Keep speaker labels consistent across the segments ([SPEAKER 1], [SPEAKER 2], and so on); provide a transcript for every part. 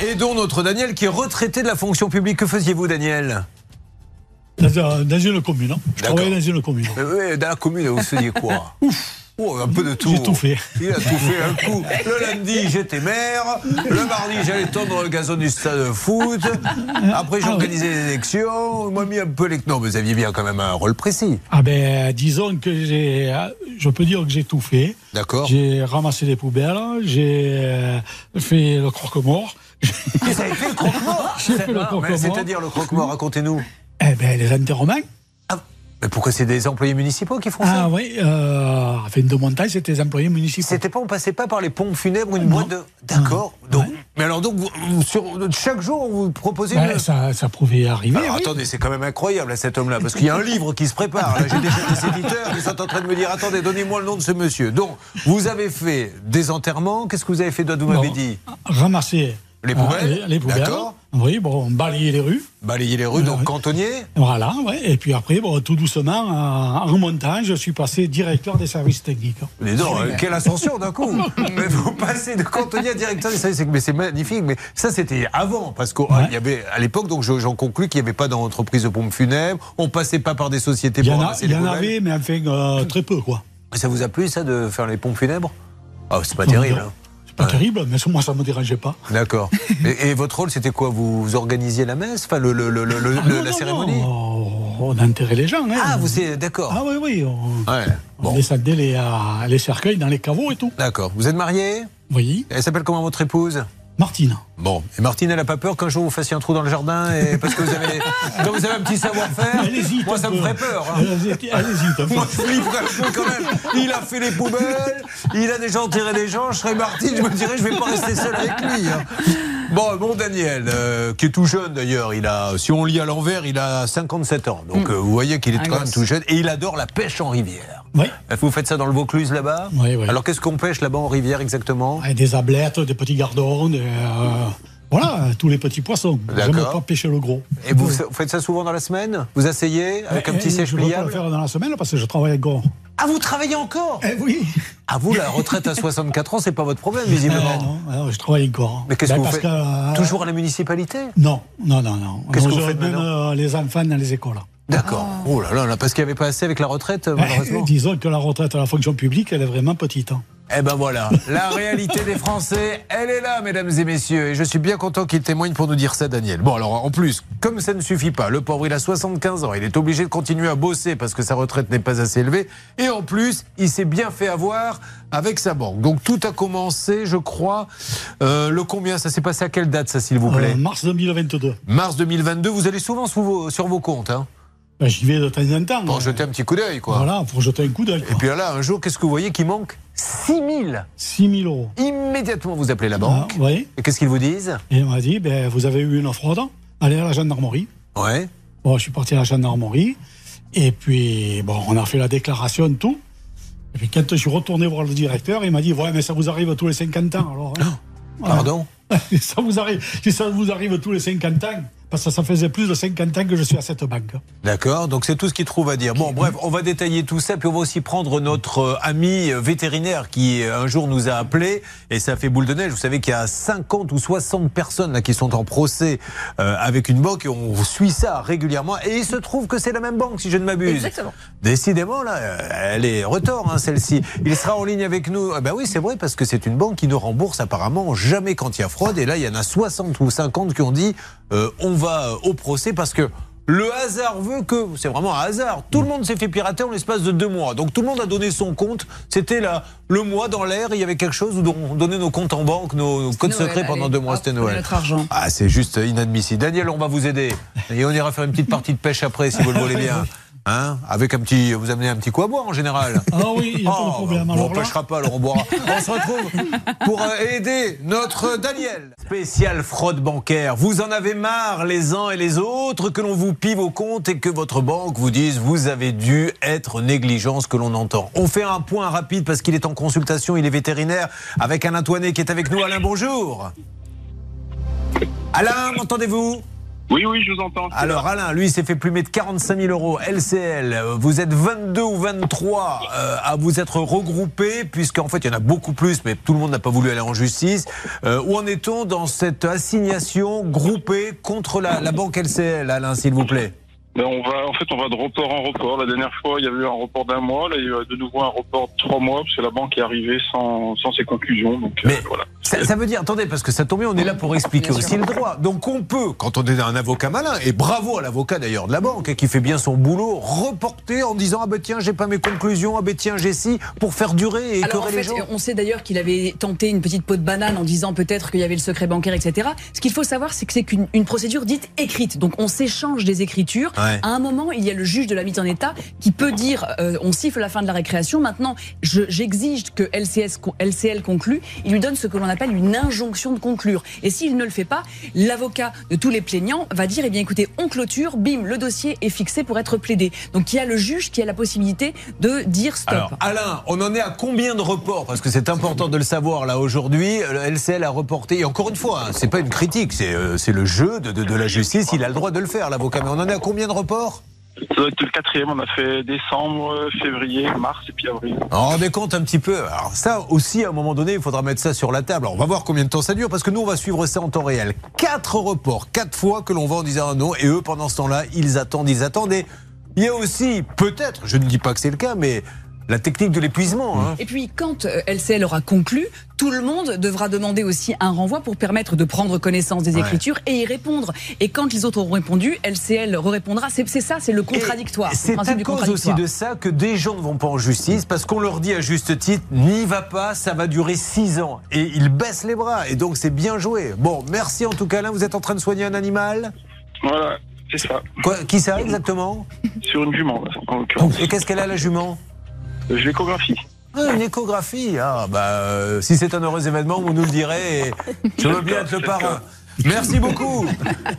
[SPEAKER 1] Aidons notre Daniel qui est retraité de la fonction publique. Que faisiez-vous, Daniel
[SPEAKER 2] Dans, dans une commune, hein. je
[SPEAKER 1] D'accord.
[SPEAKER 2] travaillais dans une commune.
[SPEAKER 1] Euh, ouais, Dans la commune, vous faisiez quoi Ouf Oh, un peu de tout.
[SPEAKER 2] J'ai tout fait.
[SPEAKER 1] Il a tout fait un coup. Le lundi, j'étais maire. Le mardi, j'allais tendre le gazon du stade de foot. Après,
[SPEAKER 2] Ah
[SPEAKER 1] j'organisais les élections. On m'a mis un peu les. Non, mais vous aviez bien quand même un rôle précis.
[SPEAKER 2] Ah ben, disons que j'ai, je peux dire que j'ai tout fait.
[SPEAKER 1] D'accord
[SPEAKER 2] J'ai ramassé les poubelles, j'ai euh, fait le croque-mort.
[SPEAKER 1] Vous avez fait le croque-mort
[SPEAKER 2] J'ai fait le croque-mort.
[SPEAKER 1] Mais C'est-à-dire le croque-mort, racontez-nous. Ah,
[SPEAKER 2] Eh ben, les enterrements.
[SPEAKER 1] Mais pourquoi c'est des employés municipaux qui font ça
[SPEAKER 2] Ah oui, euh, à fin de montagne, c'était des employés municipaux.
[SPEAKER 1] C'était pas, on passait pas par les pompes funèbres, une
[SPEAKER 2] Non.
[SPEAKER 1] boîte de. D'accord. Donc, mais alors donc, vous- vous- sur, chaque jour, on vous proposez.
[SPEAKER 2] Ben,
[SPEAKER 1] une...
[SPEAKER 2] ça, ça pouvait arriver.
[SPEAKER 1] Alors,
[SPEAKER 2] oui.
[SPEAKER 1] Ah, attendez, c'est quand même incroyable à cet homme-là, parce qu'il y a un livre qui se prépare. Là, j'ai déjà des éditeurs qui sont en train de me dire attendez, donnez-moi le nom de ce monsieur. Donc, vous avez fait des enterrements. Qu'est-ce que vous avez fait d'autre Vous
[SPEAKER 2] Non.
[SPEAKER 1] m'avez dit
[SPEAKER 2] Ramasser
[SPEAKER 1] Les
[SPEAKER 2] euh,
[SPEAKER 1] poubelles,
[SPEAKER 2] les, les poubelles.
[SPEAKER 1] d'accord.
[SPEAKER 2] Oui, bon, balayer les rues.
[SPEAKER 1] balayer les rues, donc
[SPEAKER 2] oui.
[SPEAKER 1] cantonnier.
[SPEAKER 2] Voilà, ouais. et puis après, bon, tout doucement, en en remontant, je suis passé directeur des services techniques.
[SPEAKER 1] Mais non, euh, quelle ascension d'un coup Mais vous passez de cantonnier à directeur des services techniques. Mais c'est magnifique. Mais ça, c'était avant, parce qu'il
[SPEAKER 2] Ouais.
[SPEAKER 1] y avait, à l'époque, donc je- j'en conclus qu'il n'y avait pas d'entreprise de pompes funèbres. On passait pas par des sociétés
[SPEAKER 2] Il y
[SPEAKER 1] pour
[SPEAKER 2] en, a-
[SPEAKER 1] ramasser
[SPEAKER 2] il y
[SPEAKER 1] les
[SPEAKER 2] en
[SPEAKER 1] poubelles.
[SPEAKER 2] avait, mais enfin, euh, très peu, quoi.
[SPEAKER 1] Ça vous a plu, ça, de faire les pompes funèbres Ah, c'est pas terrible. hein.
[SPEAKER 2] C'est pas
[SPEAKER 1] Ouais.
[SPEAKER 2] terrible, mais moi, ça me dérangeait pas.
[SPEAKER 1] D'accord. Et, et votre rôle, c'était quoi vous, vous organisiez la messe Enfin, le, le- le- le- le-
[SPEAKER 2] Ah, non,
[SPEAKER 1] la
[SPEAKER 2] non,
[SPEAKER 1] cérémonie
[SPEAKER 2] non, On enterrait les gens. hein.
[SPEAKER 1] Ah, vous c'est d'accord.
[SPEAKER 2] Ah oui, oui. On,
[SPEAKER 1] Ouais.
[SPEAKER 2] on
[SPEAKER 1] Bon,
[SPEAKER 2] descendait les, euh, les cercueils dans les caveaux et tout.
[SPEAKER 1] d'accord. Vous êtes marié
[SPEAKER 2] Vous voyez
[SPEAKER 1] Elle s'appelle comment votre épouse
[SPEAKER 2] Martine.
[SPEAKER 1] Bon. Et Martine, elle a pas peur qu'un jour vous fassiez un trou dans le jardin et parce que vous avez, quand vous avez un petit savoir-faire.
[SPEAKER 2] Elle hésite.
[SPEAKER 1] Ah, Moi,
[SPEAKER 2] un
[SPEAKER 1] ça me
[SPEAKER 2] peu.
[SPEAKER 1] ferait peur. hein.
[SPEAKER 2] Elle hésite, elle hésite un peu.
[SPEAKER 1] Moi, je flipperais un peu quand même. Il a fait les poubelles, il a déjà enterré des gens. Je serais Martine, je me dirais, je vais pas rester seul avec lui. hein. Bon, bon Daniel, euh, qui est tout jeune d'ailleurs, il a, si on lit à l'envers, il a 57 ans. Donc
[SPEAKER 2] Mm.
[SPEAKER 1] euh, vous voyez
[SPEAKER 2] Ah,
[SPEAKER 1] qu'il est
[SPEAKER 3] Un
[SPEAKER 1] quand même
[SPEAKER 3] gosse.
[SPEAKER 1] tout jeune et il adore la pêche en rivière.
[SPEAKER 2] Oui.
[SPEAKER 1] Vous faites ça dans le Vaucluse là-bas
[SPEAKER 2] Oui, oui.
[SPEAKER 1] Alors qu'est-ce qu'on pêche là-bas en rivière exactement
[SPEAKER 2] Ouais, Des ablettes, des petits gardons, des, euh, voilà, euh, tous les petits poissons. J'aime
[SPEAKER 1] D'accord.
[SPEAKER 2] pas pêcher le gros.
[SPEAKER 1] Et vous, vous faites ça souvent dans la semaine Vous asseyez avec un
[SPEAKER 2] Eh, eh,
[SPEAKER 1] petit siège
[SPEAKER 2] Je peux pas le
[SPEAKER 1] pliable
[SPEAKER 2] faire dans la semaine parce que je travaille avec gros.
[SPEAKER 1] Ah, vous travaillez encore
[SPEAKER 2] Eh oui
[SPEAKER 1] Ah, vous, la retraite à 64 ans, c'est pas votre problème
[SPEAKER 2] Eh,
[SPEAKER 1] visiblement.
[SPEAKER 2] non, non, je travaille avec gros.
[SPEAKER 1] Mais qu'est-ce
[SPEAKER 2] Ben,
[SPEAKER 1] que vous
[SPEAKER 2] parce
[SPEAKER 1] faites
[SPEAKER 2] euh,
[SPEAKER 1] Toujours à la municipalité
[SPEAKER 2] Non, non, non, non.
[SPEAKER 1] Qu'est-ce que
[SPEAKER 2] On
[SPEAKER 1] vous
[SPEAKER 2] ose
[SPEAKER 1] faites
[SPEAKER 2] même
[SPEAKER 1] maintenant
[SPEAKER 2] euh, les enfants dans les écoles.
[SPEAKER 1] D'accord.
[SPEAKER 2] Ah.
[SPEAKER 1] Oh là là, là, parce qu'il n'y avait pas assez avec la retraite, euh,
[SPEAKER 2] Eh,
[SPEAKER 1] malheureusement.
[SPEAKER 2] disons que la retraite à la fonction publique, elle est vraiment petite. hein.
[SPEAKER 1] Eh ben voilà, la réalité des Français, elle est là, mesdames et messieurs. Et je suis bien content qu'il témoigne pour nous dire ça, Daniel. Bon, alors en plus, comme ça ne suffit pas, le pauvre, il a 75 ans, il est obligé de continuer à bosser parce que sa retraite n'est pas assez élevée. Et en plus, il s'est bien fait avoir avec sa banque. Donc tout a commencé, je crois. Euh, le combien Ça s'est passé à quelle date, ça, s'il vous plaît
[SPEAKER 2] Euh, mars 2022.
[SPEAKER 1] Mars 2022, vous allez souvent sous vos- sur vos comptes, hein,
[SPEAKER 2] Ben, J'y vais de temps en temps.
[SPEAKER 1] pour jeter un petit coup d'œil, quoi.
[SPEAKER 2] Voilà, pour jeter un coup d'œil.
[SPEAKER 1] Et puis là, un jour, qu'est-ce que vous voyez qui manque 6 000
[SPEAKER 2] 6 000 euros.
[SPEAKER 1] Immédiatement, vous appelez la
[SPEAKER 2] Ah,
[SPEAKER 1] banque.
[SPEAKER 2] oui.
[SPEAKER 1] Et qu'est-ce qu'ils vous disent
[SPEAKER 2] Et on m'a dit, ben, vous avez eu une fraude, allez à la gendarmerie.
[SPEAKER 1] Ouais.
[SPEAKER 2] Bon, je suis parti à la gendarmerie. Et puis, bon, on a fait la déclaration, tout. Et puis, quand je suis retourné voir le directeur, il m'a dit Ouais, mais ça vous arrive tous les 50 ans, alors. hein.
[SPEAKER 1] Pardon
[SPEAKER 2] Ouais. ça vous arrive. Si ça vous arrive tous les 50 ans, parce que ça faisait plus de 50 ans que je suis à cette banque.
[SPEAKER 1] D'accord, donc c'est tout ce qu'ils trouvent à dire. Bon, bref, on va détailler tout ça, puis on va aussi prendre notre euh, ami euh, vétérinaire qui euh, un jour nous a appelé, et ça fait boule de neige. Vous savez qu'il y a 50 ou 60 personnes là qui sont en procès euh, avec une banque, et on suit ça régulièrement, et il se trouve que c'est la même banque, si je ne m'abuse.
[SPEAKER 3] Exactement.
[SPEAKER 1] Décidément, là, euh, elle est retort, hein, celle-ci. Il sera en ligne avec nous. Eh ben oui, c'est vrai, parce que c'est une banque qui ne rembourse apparemment jamais quand il y a fraude. Et là, il y en a 60 ou 50 qui ont dit euh, on va euh, au procès parce que. Le hasard veut que, c'est vraiment un hasard, tout le monde s'est fait pirater en l'espace de deux mois. Donc tout le monde a donné son compte. C'était là le mois dans l'air, et il y avait quelque chose où on donnait nos comptes en banque, nos, nos codes
[SPEAKER 3] Noël,
[SPEAKER 1] secrets pendant
[SPEAKER 3] allez,
[SPEAKER 1] deux mois.
[SPEAKER 3] hop,
[SPEAKER 1] C'était
[SPEAKER 3] prenez
[SPEAKER 1] Noël.
[SPEAKER 3] Notre argent.
[SPEAKER 1] Ah, c'est juste inadmissible. Daniel, on va vous aider. Et on ira faire une petite partie de pêche après, si vous le voulez bien. Hein Avec un petit. Vous amenez un petit quoi à boire en général
[SPEAKER 2] Ah oui, il n'y a pas de problème.
[SPEAKER 1] Oh, on
[SPEAKER 2] alors là,
[SPEAKER 1] pêchera pas, alors on boira. On se retrouve pour euh, aider notre Daniel. Spécial fraude bancaire. Vous en avez marre les uns et les autres que l'on vous pive au compte et que votre banque vous dise vous avez dû être négligent, ce que l'on entend. On fait un point rapide parce qu'il est en consultation, il est vétérinaire avec Alain Toinet qui est avec nous. Alain, bonjour. Alain, m'entendez-vous
[SPEAKER 3] Oui, oui, je vous entends.
[SPEAKER 1] Alors Alain, lui, il s'est fait plumer de 45 000 euros LCL. Euh, Vous êtes 22 ou 23 euh, à vous être regroupés, puisqu'en fait, il y en a beaucoup plus, mais tout le monde n'a pas voulu aller en justice. Euh, où en est-on dans cette assignation groupée contre la, la banque LCL, Alain, s'il vous plaît
[SPEAKER 3] Ben, on va, en fait, on va de report en report. La dernière fois, il y avait eu un report d'un mois. Là, il y a eu de nouveau un report de trois mois parce que la banque est arrivée sans, sans ses conclusions. Donc, euh,
[SPEAKER 1] Mais-
[SPEAKER 3] voilà.
[SPEAKER 1] ça, ça veut dire, attendez, parce que ça tombe bien, on est là pour expliquer aussi le droit. Donc on peut, quand on est un avocat malin, et bravo à l'avocat d'ailleurs de la banque, hein, qui fait bien son boulot, reporter en disant Ah ben tiens, j'ai pas mes conclusions, ah ben tiens, j'ai ci, pour faire durer et
[SPEAKER 4] Alors en
[SPEAKER 1] écœurer les
[SPEAKER 4] fait,
[SPEAKER 1] gens.
[SPEAKER 4] on sait d'ailleurs qu'il avait tenté une petite peau de banane en disant peut-être qu'il y avait le secret bancaire, etc. Ce qu'il faut savoir, c'est que c'est qu'une une procédure dite écrite. Donc on s'échange des écritures.
[SPEAKER 1] Ouais.
[SPEAKER 4] À un moment, il y a le juge de la mise en état qui peut dire euh, on siffle la fin de la récréation. Maintenant, je- j'exige que LCS, con- LCL conclue. Il lui donne ce que l'on appelle une injonction de conclure. Et s'il ne le fait pas, l'avocat de tous les plaignants va dire eh bien écoutez, on clôture, bim, le dossier est fixé pour être plaidé. Donc il y a le juge qui a la possibilité de dire stop.
[SPEAKER 1] Alors, Alain, on en est à combien de reports Parce que c'est important de le savoir là aujourd'hui. Le LCL a reporté, et encore une fois, hein, c'est pas une critique, c'est euh, c'est le jeu de, de- de la justice, il a le droit de le faire, l'avocat. Mais on en est à combien de reports
[SPEAKER 3] Ça doit être le quatrième. On a fait décembre, euh, février, mars et puis avril.
[SPEAKER 1] Alors, rendez compte un petit peu. Alors, ça aussi, à un moment donné, il faudra mettre ça sur la table. Alors, on va voir combien de temps ça dure, parce que nous, on va suivre ça en temps réel. Quatre reports, quatre fois que l'on va en disant ah non, et eux, pendant ce temps-là, ils attendent, ils attendent. Et il y a aussi, peut-être, je ne dis pas que c'est le cas, mais la technique de l'épuisement. hein.
[SPEAKER 4] Et puis, quand euh, LCL aura conclu, tout le monde devra demander aussi un renvoi pour permettre de prendre connaissance des
[SPEAKER 1] Ouais.
[SPEAKER 4] écritures et y répondre. Et quand les autres auront répondu, LCL répondra. C'est c'est ça, c'est le contradictoire.
[SPEAKER 1] Et
[SPEAKER 4] le
[SPEAKER 1] C'est à
[SPEAKER 4] principe du
[SPEAKER 1] cause aussi
[SPEAKER 4] contradictoire.
[SPEAKER 1] de ça que des gens ne vont pas en justice parce qu'on leur dit à juste titre n'y va pas, ça va durer 6 ans. Et ils baissent les bras. Et donc c'est bien joué. Bon, merci en tout cas, Alain. Vous êtes en train de soigner un animal
[SPEAKER 3] Voilà, c'est ça.
[SPEAKER 1] Quoi, Qui ça exactement
[SPEAKER 3] Sur une jument, là, en l'occurrence.
[SPEAKER 1] Et qu'est-ce qu'elle a la jument Oh.
[SPEAKER 3] Je l'échographie.
[SPEAKER 1] Ah, Une échographie. Ah, bah, euh, si c'est un heureux événement, vous nous le direz. et je veux bien être le
[SPEAKER 3] D'accord,
[SPEAKER 1] parrain. Merci beaucoup.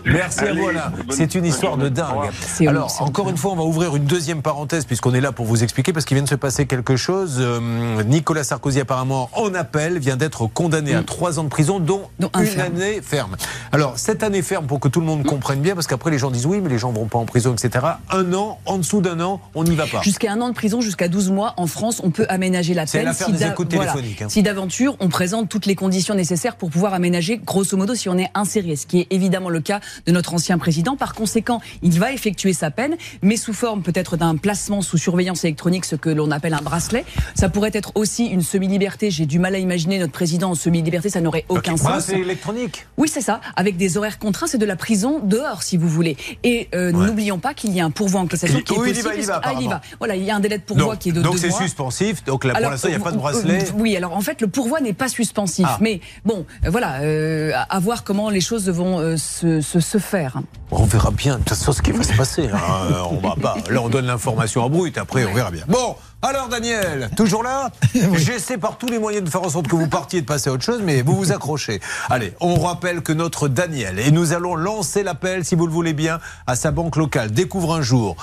[SPEAKER 1] Merci à
[SPEAKER 3] Allez,
[SPEAKER 1] vous, Alain.
[SPEAKER 3] bonne-
[SPEAKER 1] C'est une
[SPEAKER 3] bonne
[SPEAKER 1] histoire de
[SPEAKER 3] journée. Au
[SPEAKER 1] dingue.
[SPEAKER 3] revoir.
[SPEAKER 4] C'est
[SPEAKER 1] Alors,
[SPEAKER 4] honteux, c'est
[SPEAKER 1] encore une fois, on va ouvrir une deuxième parenthèse puisqu'on est là pour vous expliquer parce qu'il vient de se passer quelque chose. Euh, Nicolas Sarkozy, apparemment, en appel, vient d'être condamné à trois ans de prison, dont
[SPEAKER 4] Mm. Dont un
[SPEAKER 1] une
[SPEAKER 4] ferme. Mm.
[SPEAKER 1] année ferme. Alors, cette année ferme, pour que tout le monde comprenne bien, parce qu'après les gens disent oui, mais les gens vont pas en prison, etc. Un an, en dessous d'un an, on n'y va pas.
[SPEAKER 4] Jusqu'à un an de prison, jusqu'à 12 mois, en France, on peut aménager la
[SPEAKER 1] C'est
[SPEAKER 4] peine
[SPEAKER 1] l'affaire des
[SPEAKER 4] d'a-
[SPEAKER 1] écoutes
[SPEAKER 4] voilà.
[SPEAKER 1] téléphoniques, hein.
[SPEAKER 4] Si d'aventure, on présente toutes les conditions nécessaires pour pouvoir aménager, grosso modo, si on est inséré, ce qui est évidemment le cas de notre ancien président. Par conséquent, il va effectuer sa peine, mais sous forme peut-être d'un placement sous surveillance électronique, ce que l'on appelle un bracelet. Ça pourrait être aussi une semi-liberté. J'ai du mal à imaginer notre président en semi-liberté, ça n'aurait aucun
[SPEAKER 1] Bah,
[SPEAKER 4] sens.
[SPEAKER 1] c'est électronique.
[SPEAKER 4] Oui, c'est ça, avec des horaires contraints, c'est de la prison dehors, si vous voulez. Et euh,
[SPEAKER 1] Ouais.
[SPEAKER 4] n'oublions pas qu'il y a un pourvoi en cassation
[SPEAKER 1] Et-
[SPEAKER 4] qui est
[SPEAKER 1] oui, il y
[SPEAKER 4] possible.
[SPEAKER 1] va, il y
[SPEAKER 4] parce
[SPEAKER 1] va,
[SPEAKER 4] que- ah, il y
[SPEAKER 1] apparemment.
[SPEAKER 4] va. Voilà, il y a un délai de pourvoi
[SPEAKER 1] Donc-
[SPEAKER 4] qui est de
[SPEAKER 1] Donc
[SPEAKER 4] deux
[SPEAKER 1] c'est
[SPEAKER 4] mois.
[SPEAKER 1] suspensif. Donc là, pour l'instant, il n'y a
[SPEAKER 4] euh,
[SPEAKER 1] pas de
[SPEAKER 4] euh,
[SPEAKER 1] bracelet.
[SPEAKER 4] euh, oui, alors en fait, le pourvoi n'est pas suspensif.
[SPEAKER 1] Ah.
[SPEAKER 4] Mais bon, euh, voilà, euh, à, à voir comment les choses vont euh, se, se- se faire.
[SPEAKER 1] On verra bien, de toute façon, ce qui va se passer. hein. Euh, On va pas. Là, on donne l'information en brut, après, on verra bien. Bon, alors, Daniel, toujours là J'essaie par tous les moyens de faire en sorte que vous partiez de passer à autre chose, mais vous vous accrochez. Allez, on rappelle que notre Daniel, et nous allons lancer l'appel, si vous le voulez bien, à sa banque locale, découvre un jour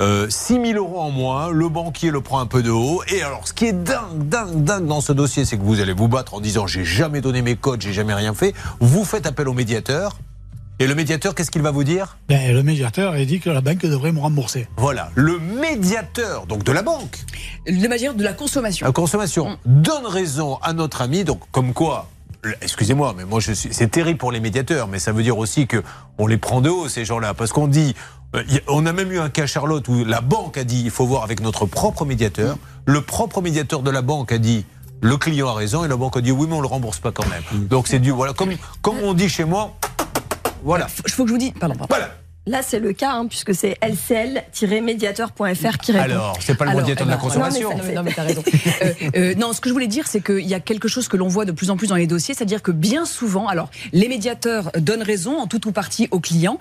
[SPEAKER 1] euh, 6 000 euros en moins, le banquier le prend un peu de haut. Et alors, ce qui est dingue, dingue, dingue dans ce dossier, c'est que vous allez vous battre en disant j'ai jamais donné mes codes, j'ai jamais rien fait. Vous faites appel au médiateur. Et le médiateur, qu'est-ce qu'il va vous dire
[SPEAKER 2] Ben, le médiateur, il dit que la banque devrait me rembourser.
[SPEAKER 1] Voilà, le médiateur donc de la banque,
[SPEAKER 4] De manière de la consommation.
[SPEAKER 1] la consommation,
[SPEAKER 4] Mm.
[SPEAKER 1] donne raison à notre ami, donc comme quoi. Excusez-moi, mais moi je suis. C'est terrible pour les médiateurs, mais ça veut dire aussi que on les prend de haut ces gens-là, parce qu'on dit, euh, y- on a même eu un cas Charlotte où la banque a dit, il faut voir avec notre propre
[SPEAKER 4] Mm.
[SPEAKER 1] médiateur. Le propre médiateur de la banque a dit, le client a raison, et la banque a dit, oui, mais on le rembourse pas quand même.
[SPEAKER 4] Mm.
[SPEAKER 1] Donc c'est du voilà, comme comme on dit chez moi, voilà,
[SPEAKER 4] Il faut que je vous dise. Pardon, pardon.
[SPEAKER 1] voilà.
[SPEAKER 5] Là, c'est le cas, hein, puisque c'est lcl-mediateur.fr qui répond.
[SPEAKER 1] Alors c'est pas le
[SPEAKER 4] Alors,
[SPEAKER 1] médiateur de la
[SPEAKER 4] eh ben, voilà.
[SPEAKER 1] consommation.
[SPEAKER 4] Non, mais, ça- non, mais t'as raison. Euh, euh, non, ce que je voulais dire, c'est qu'il y a quelque chose que l'on voit de plus en plus dans les dossiers, c'est-à-dire que bien souvent, alors, les médiateurs donnent raison en tout ou partie aux clients,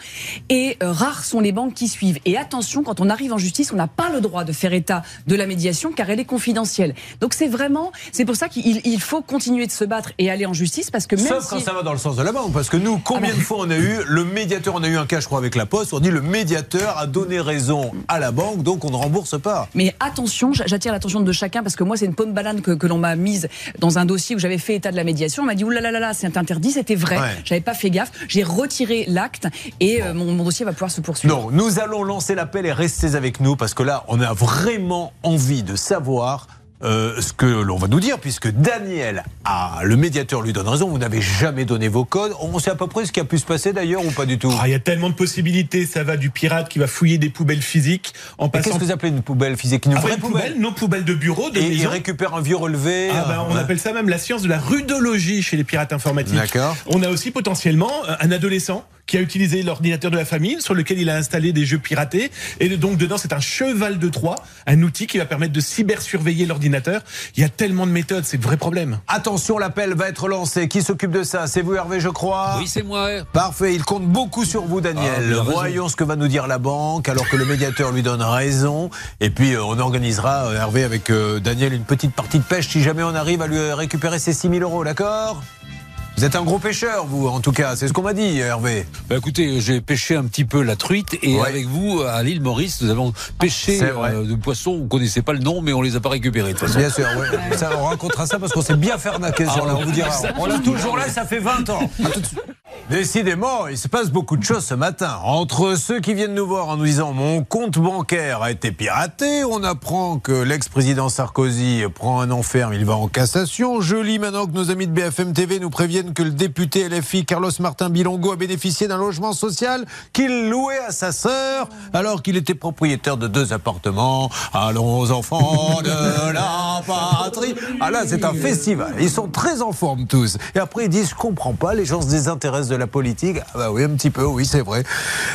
[SPEAKER 4] et euh, rares sont les banques qui suivent. Et attention, quand on arrive en justice, on n'a pas le droit de faire état de la médiation, car elle est confidentielle. Donc c'est vraiment, c'est pour ça qu'il il faut continuer de se battre et aller en justice, parce que même
[SPEAKER 1] Sauf
[SPEAKER 4] si...
[SPEAKER 1] quand ça va dans le sens de la banque, parce que nous, combien
[SPEAKER 4] Ah bah.
[SPEAKER 1] de fois on a eu le médiateur, on a eu un cas, je crois, avec la poste, on dit le médiateur a donné raison à la banque, donc on ne rembourse pas.
[SPEAKER 4] Mais attention, j- j'attire l'attention de chacun parce que moi, c'est une pomme banane que, que l'on m'a mise dans un dossier où j'avais fait état de la médiation. On m'a dit, oulalalala, c'est interdit, c'était vrai.
[SPEAKER 1] Ouais.
[SPEAKER 4] J'avais pas fait gaffe. J'ai retiré l'acte et euh, mon, mon dossier va pouvoir se poursuivre.
[SPEAKER 1] Non, nous allons lancer l'appel et restez avec nous parce que là, on a vraiment envie de savoir euh, ce que l'on va nous dire puisque Daniel, a, le médiateur, lui donne raison. Vous n'avez jamais donné vos codes. On sait à peu près ce qui a pu se passer d'ailleurs ou pas du tout.
[SPEAKER 6] Ah, Il y a tellement de possibilités. Ça va du pirate qui va fouiller des poubelles physiques en
[SPEAKER 1] Mais Qu'est-ce
[SPEAKER 6] passant
[SPEAKER 1] que vous appelez une poubelle physique Une
[SPEAKER 6] Ah,
[SPEAKER 1] vraie
[SPEAKER 6] une
[SPEAKER 1] poubelle,
[SPEAKER 6] poubelle, non poubelle de bureau, de
[SPEAKER 1] Et il
[SPEAKER 6] maison.
[SPEAKER 1] récupère un vieux relevé.
[SPEAKER 6] Ah,
[SPEAKER 1] euh,
[SPEAKER 6] bah, on
[SPEAKER 1] ouais.
[SPEAKER 6] appelle ça même la science de la rudologie chez les pirates informatiques.
[SPEAKER 1] D'accord.
[SPEAKER 6] On a aussi potentiellement euh, un adolescent qui a utilisé l'ordinateur de la famille sur lequel il a installé des jeux piratés. Et donc dedans, c'est un cheval de Troie, un outil qui va permettre de cybersurveiller l'ordinateur. Il y a tellement de méthodes, c'est le vrai problème.
[SPEAKER 1] Attention, l'appel va être lancé. Qui s'occupe de ça C'est vous, Hervé, je crois
[SPEAKER 7] Oui, c'est moi.
[SPEAKER 1] Parfait, il compte beaucoup sur vous,
[SPEAKER 7] Ah,
[SPEAKER 1] Daniel.
[SPEAKER 7] il a raison.
[SPEAKER 1] Voyons ce que va nous dire la banque, alors que le médiateur lui donne raison. Et puis, euh, on organisera, euh, Hervé, avec euh, Daniel, une petite partie de pêche si jamais on arrive à lui euh, récupérer ses 6000 euros, d'accord Vous êtes un gros pêcheur, vous, en tout cas. C'est ce qu'on m'a dit, Hervé.
[SPEAKER 7] Bah, écoutez, j'ai pêché un petit peu la truite et
[SPEAKER 1] Ouais.
[SPEAKER 7] avec vous, à l'île Maurice, nous avons pêché
[SPEAKER 1] C'est vrai.
[SPEAKER 7] euh, de poissons. On connaissait pas le nom, mais on les a pas récupérés de toute façon.
[SPEAKER 1] Bien sûr, ouais. Ça, on racontera ça parce qu'on s'est bien fait arnaquer sur
[SPEAKER 7] Ah,
[SPEAKER 1] là, on
[SPEAKER 7] ouais.
[SPEAKER 1] vous dira. On l'a toujours là, et ça fait 20 ans. À tout de suite. Décidément, il se passe beaucoup de choses ce matin. Entre ceux qui viennent nous voir en nous disant mon compte bancaire a été piraté, on apprend que l'ex-président Sarkozy prend un enferme, il va en cassation. Je lis maintenant que nos amis de BFM TV nous préviennent que le député LFI Carlos Martin Bilongo a bénéficié d'un logement social qu'il louait à sa sœur alors qu'il était propriétaire de deux appartements. Allons enfants de la patrie. Ah là, c'est un festival. Ils sont très en forme tous. Et après, ils disent, je comprends pas, les gens se désintéressent de la politique. Ah bah oui, un petit peu, oui, c'est vrai.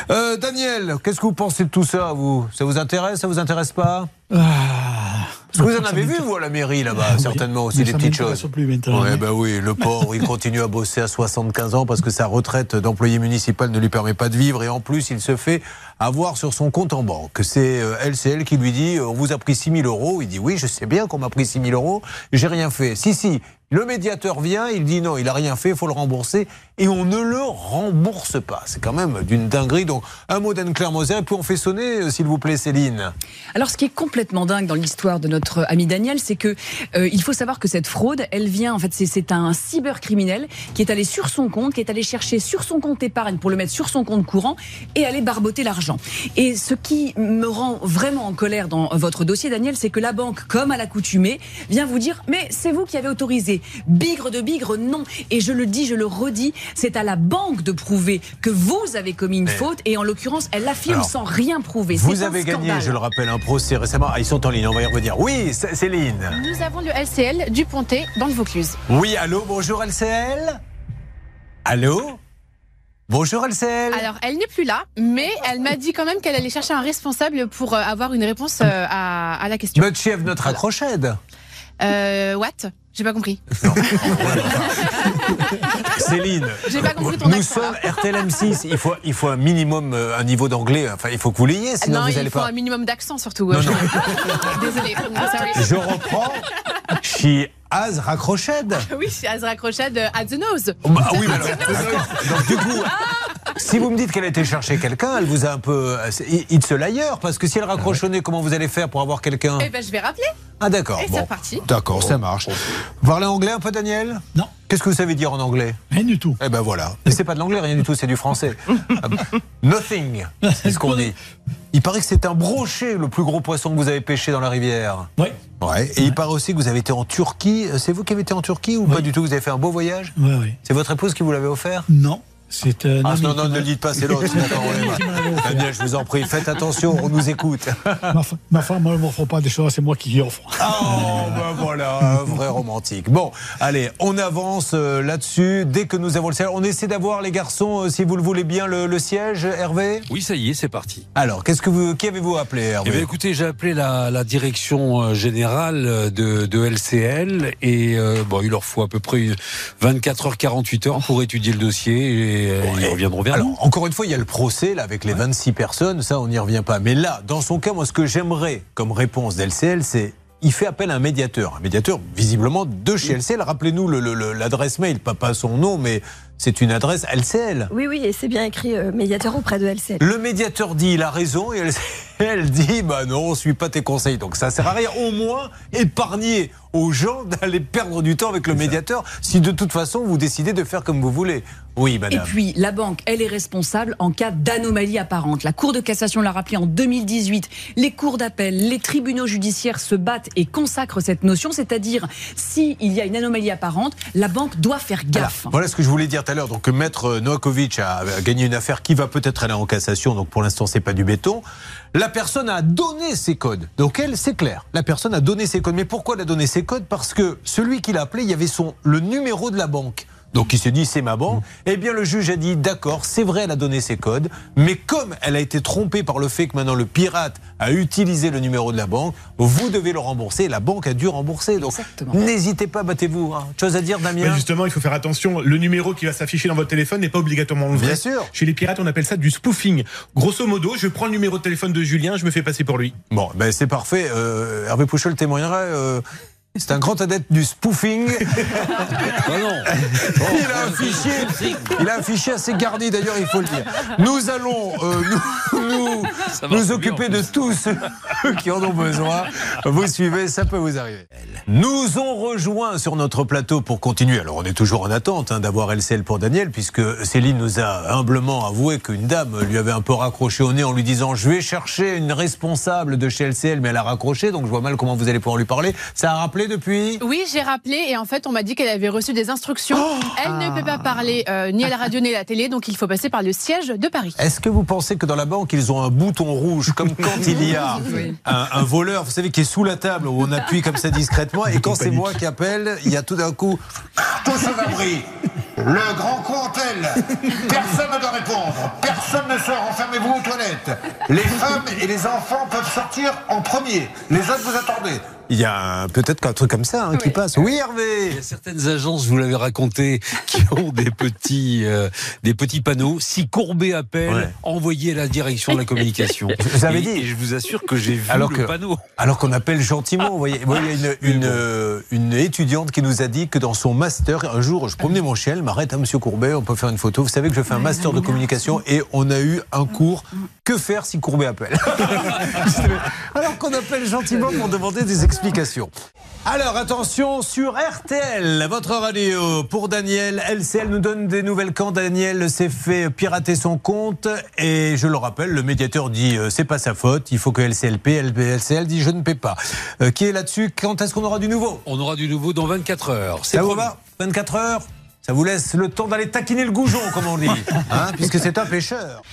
[SPEAKER 1] Euh, Daniel, qu'est-ce que vous pensez de tout ça, vous Ça vous intéresse, ça vous intéresse pas
[SPEAKER 2] Ah,
[SPEAKER 1] Parce que vous en avez vu, vous, à la mairie, là-bas, certainement, aussi,
[SPEAKER 2] mais
[SPEAKER 1] des
[SPEAKER 2] ça
[SPEAKER 1] petites
[SPEAKER 2] m'intéresse
[SPEAKER 1] choses.
[SPEAKER 2] plus maintenant,
[SPEAKER 1] Ouais,
[SPEAKER 2] oui.
[SPEAKER 1] bah oui, le pauvre, il continue à bosser à 75 ans parce que sa retraite d'employé municipal ne lui permet pas de vivre et en plus, il se fait avoir sur son compte en banque. C'est euh, LCL qui lui dit, euh, on vous a pris 6 000 euros. Il dit, oui, je sais bien qu'on m'a pris 6 000 euros, j'ai rien fait. Si, si, le médiateur vient, il dit non, il a rien fait, il faut le rembourser et on ne le rembourse pas. C'est quand même d'une dinguerie. Donc, un mot d'Anne-Claire Moser et puis on fait sonner, euh, s'il vous plaît, Céline.
[SPEAKER 4] Alors, ce qui est complètement dingue dans l'histoire de notre ami Daniel, c'est que euh, il faut savoir que cette fraude, elle vient en fait, c'est- c'est un cybercriminel qui est allé sur son compte, qui est allé chercher sur son compte épargne pour le mettre sur son compte courant et aller barboter l'argent. Et ce qui me rend vraiment en colère dans votre dossier, Daniel, c'est que la banque, comme à l'accoutumée, vient vous dire mais c'est vous qui avez autorisé. Bigre de bigre, non. Et je le dis, je le redis, c'est à la banque de prouver que vous avez commis une faute et en l'occurrence, elle l'affirme
[SPEAKER 1] Alors,
[SPEAKER 4] sans rien prouver.
[SPEAKER 1] Vous
[SPEAKER 4] C'est un
[SPEAKER 1] avez gagné,
[SPEAKER 4] scandale.
[SPEAKER 1] je le rappelle, un procès récemment. Ah, ils sont en ligne, on va y revenir. Oui, C- Céline.
[SPEAKER 8] Nous avons le LCL du Pontet dans le Vaucluse.
[SPEAKER 1] Oui, allô, bonjour LCL Allô Bonjour LCL
[SPEAKER 8] Alors, elle n'est plus là, mais elle m'a dit quand même qu'elle allait chercher un responsable pour euh, avoir une réponse euh, à, à la question.
[SPEAKER 1] Notre chef, notre accrochède.
[SPEAKER 8] Euh, what J'ai pas compris.
[SPEAKER 1] Céline,
[SPEAKER 8] J'ai pas compris ton
[SPEAKER 1] nous
[SPEAKER 8] accent,
[SPEAKER 1] sommes RTLM6. Il faut, il faut un minimum, euh, un niveau d'anglais. Enfin, il faut que vous l'ayez, sinon
[SPEAKER 8] non,
[SPEAKER 1] vous
[SPEAKER 8] il
[SPEAKER 1] n'allez
[SPEAKER 8] faut
[SPEAKER 1] pas.
[SPEAKER 8] un minimum d'accent surtout. Désolée. Sorry.
[SPEAKER 1] Je reprends. She has raccrochède.
[SPEAKER 8] Oui, c'est Azra Crochet de At the Nose.
[SPEAKER 1] Bah, oui, mais alors, donc du coup, si vous me dites qu'elle a été chercher quelqu'un, elle vous a un peu. c'est- It's a liar, parce que si elle raccroche au nez, comment vous allez faire pour avoir quelqu'un
[SPEAKER 8] Eh ben, je vais rappeler.
[SPEAKER 1] Ah d'accord.
[SPEAKER 8] Et c'est
[SPEAKER 1] bon.
[SPEAKER 8] reparti.
[SPEAKER 1] D'accord, ça marche. Vous Parlez anglais un peu, Daniel
[SPEAKER 2] Non.
[SPEAKER 1] Qu'est-ce que vous savez dire en anglais
[SPEAKER 2] Rien du tout.
[SPEAKER 1] Eh ben voilà. Mais c'est pas de l'anglais, rien du tout, c'est du français. Euh, Nothing, c'est ce qu'on dit. Il paraît que c'est un brochet, le plus gros poisson que vous avez pêché dans la rivière.
[SPEAKER 2] Ouais.
[SPEAKER 1] Ouais. Et il paraît aussi que vous avez été en Turquie. Euh, C'est vous qui avez été en Turquie ou pas
[SPEAKER 2] Oui.
[SPEAKER 1] du tout Vous avez fait un beau voyage
[SPEAKER 2] Ouais, ouais.
[SPEAKER 1] C'est votre épouse qui vous l'avait offert
[SPEAKER 2] Non, c'est un
[SPEAKER 1] ah
[SPEAKER 2] ami
[SPEAKER 1] non,
[SPEAKER 2] qui
[SPEAKER 1] non, ne
[SPEAKER 2] m'a-
[SPEAKER 1] le dites pas, c'est l'autre. sinon on va- Daniel, je vous en prie, faites attention, on nous écoute.
[SPEAKER 2] ma, fa- ma femme ne m'offre pas des choses, c'est moi qui lui offre.
[SPEAKER 1] Oh, ben voilà, un vrai romantique. Bon, allez, on avance euh, là-dessus. Dès que nous avons le siège, on essaie d'avoir, les garçons, euh, si vous le voulez bien, le, le siège, Hervé
[SPEAKER 7] Oui, ça y est, c'est parti.
[SPEAKER 1] Alors, qu'est-ce que vous, qui avez-vous appelé,
[SPEAKER 7] Eh bien,
[SPEAKER 1] Hervé
[SPEAKER 7] écoutez, j'ai appelé la, la direction euh, générale euh, de, de LCL et euh, bon, il leur faut à peu près 24 heures, 48 heures pour étudier le dossier et euh, ils reviendront vers nous.
[SPEAKER 1] Alors, encore une fois, il y a le procès, là, avec les 26 personnes, ça, on n'y revient pas. Mais là, dans son cas, moi, ce que j'aimerais comme réponse d'LCL, c'est. Il fait appel à un médiateur. Un médiateur, visiblement, de chez LCL. Rappelez-nous le- le- le- l'adresse mail, pas, pas son nom, mais c'est une adresse LCL.
[SPEAKER 5] Oui, oui, et c'est bien écrit euh, médiateur auprès de LCL.
[SPEAKER 1] Le médiateur dit il a raison et elle, elle dit bah non, on suit pas tes conseils. Donc ça sert à rien. Au moins épargner aux gens d'aller perdre du temps avec le médiateur si de toute façon vous décidez de faire comme vous voulez. Oui,
[SPEAKER 4] Et
[SPEAKER 1] madame.
[SPEAKER 4] puis, la banque, elle est responsable en cas d'anomalie apparente. La Cour de cassation l'a rappelé en 2018. Les cours d'appel, les tribunaux judiciaires se battent et consacrent cette notion, c'est-à-dire s'il y a une anomalie apparente, la banque doit faire
[SPEAKER 1] Voilà.
[SPEAKER 4] gaffe. hein.
[SPEAKER 1] Voilà ce que je voulais dire tout à l'heure. Donc, euh, Maître euh, Novakovic a a gagné une affaire qui va peut-être aller en cassation. Donc, pour l'instant, c'est pas du béton. La personne a donné ses codes. Donc, elle, c'est clair. La personne a donné ses codes. Mais pourquoi elle a donné ses codes Parce que celui qui l'a appelé, il y avait son, le numéro de la banque. Donc, il s'est dit, c'est ma
[SPEAKER 4] Mm.
[SPEAKER 1] banque. Eh bien, le juge a dit, d'accord, c'est vrai, elle a donné ses codes. Mais comme elle a été trompée par le fait que maintenant le pirate a utilisé le numéro de la banque, vous devez le rembourser. La banque a dû rembourser. Donc,
[SPEAKER 4] Exactement.
[SPEAKER 1] n'hésitez pas, battez-vous. hein. Chose à dire, Damien
[SPEAKER 6] Ouais, justement, il faut faire attention. Le numéro qui va s'afficher dans votre téléphone n'est pas obligatoirement le vrai.
[SPEAKER 1] Bien sûr.
[SPEAKER 6] Chez les pirates, on appelle ça du spoofing. Grosso modo, je prends le numéro de téléphone de Julien, je me fais passer pour lui.
[SPEAKER 1] Bon, ben c'est parfait. Euh, Hervé Pouchol témoignera. euh, c'est un grand adepte du spoofing.
[SPEAKER 7] Ah non
[SPEAKER 1] Il a un fichier, il a un fichier assez garni, d'ailleurs, il faut le dire. Nous allons euh, nous, nous- nous occuper de tous ceux qui en ont besoin. Vous suivez, ça peut vous arriver. Nous ont rejoint sur notre plateau pour continuer. Alors, on est toujours en attente hein, d'avoir LCL pour Daniel, puisque Céline nous a humblement avoué qu'une dame lui avait un peu raccroché au nez en lui disant Je vais chercher une responsable de chez LCL, mais elle a raccroché, donc je vois mal comment vous allez pouvoir lui parler. Ça a rappelé depuis
[SPEAKER 8] Oui, j'ai rappelé et en fait, on m'a dit qu'elle avait reçu des instructions.
[SPEAKER 1] Oh.
[SPEAKER 8] elle ne peut pas parler euh, ni à la radio ni à la télé, donc il faut passer par le siège de Paris.
[SPEAKER 1] Est-ce que vous pensez que dans la banque, ils ont un bouton rouge, comme quand il y a
[SPEAKER 4] Oui.
[SPEAKER 1] un, un voleur, vous savez, qui est sous la table, où on appuie comme ça discrètement, et quand c'est moi qui appelle, il y a tout d'un coup.
[SPEAKER 9] Tout ça m'a pris. Le grand Courtel. Personne ne doit répondre. Personne ne sort. Enfermez-vous aux toilettes. Les femmes et les enfants peuvent sortir en premier. Les autres, vous attendez.
[SPEAKER 1] Il y a un- peut-être un truc comme ça hein, qui passe. Oui, Hervé
[SPEAKER 7] Il y a certaines agences, je vous l'avez raconté, qui ont des petits, euh, des petits panneaux. Si Courbet appelle,
[SPEAKER 1] Ouais.
[SPEAKER 7] envoyez la direction de la communication.
[SPEAKER 1] vous avez
[SPEAKER 7] Et-
[SPEAKER 1] dit.
[SPEAKER 7] Et je vous assure que j'ai vu
[SPEAKER 1] Alors
[SPEAKER 7] le
[SPEAKER 1] que-
[SPEAKER 7] panneau.
[SPEAKER 1] Alors qu'on appelle gentiment, vous voyez, Vous voyez, il y a une, une, euh, une étudiante qui nous a dit que dans son master, un jour, je promenais mon chien, elle m'arrête à Monsieur Courbet, on peut faire une photo. Vous savez que je fais un master de communication et on a eu un cours que faire si Courbet appelle. Alors qu'on appelle gentiment pour demander des explications. Alors attention sur RTL, votre radio pour Daniel. LCL nous donne des nouvelles quand Daniel s'est fait pirater son compte et je le rappelle, le médiateur dit euh, c'est pas sa faute, il faut que LCL paie. LB LCL dit je ne paie pas. Euh, qui est là-dessus Quand est-ce qu'on aura du nouveau
[SPEAKER 7] On aura du nouveau dans 24 heures. C'est
[SPEAKER 1] Ça vous
[SPEAKER 7] promis.
[SPEAKER 1] va 24 heures Ça vous laisse le temps d'aller taquiner le goujon, comme on dit, hein, puisque c'est un pêcheur.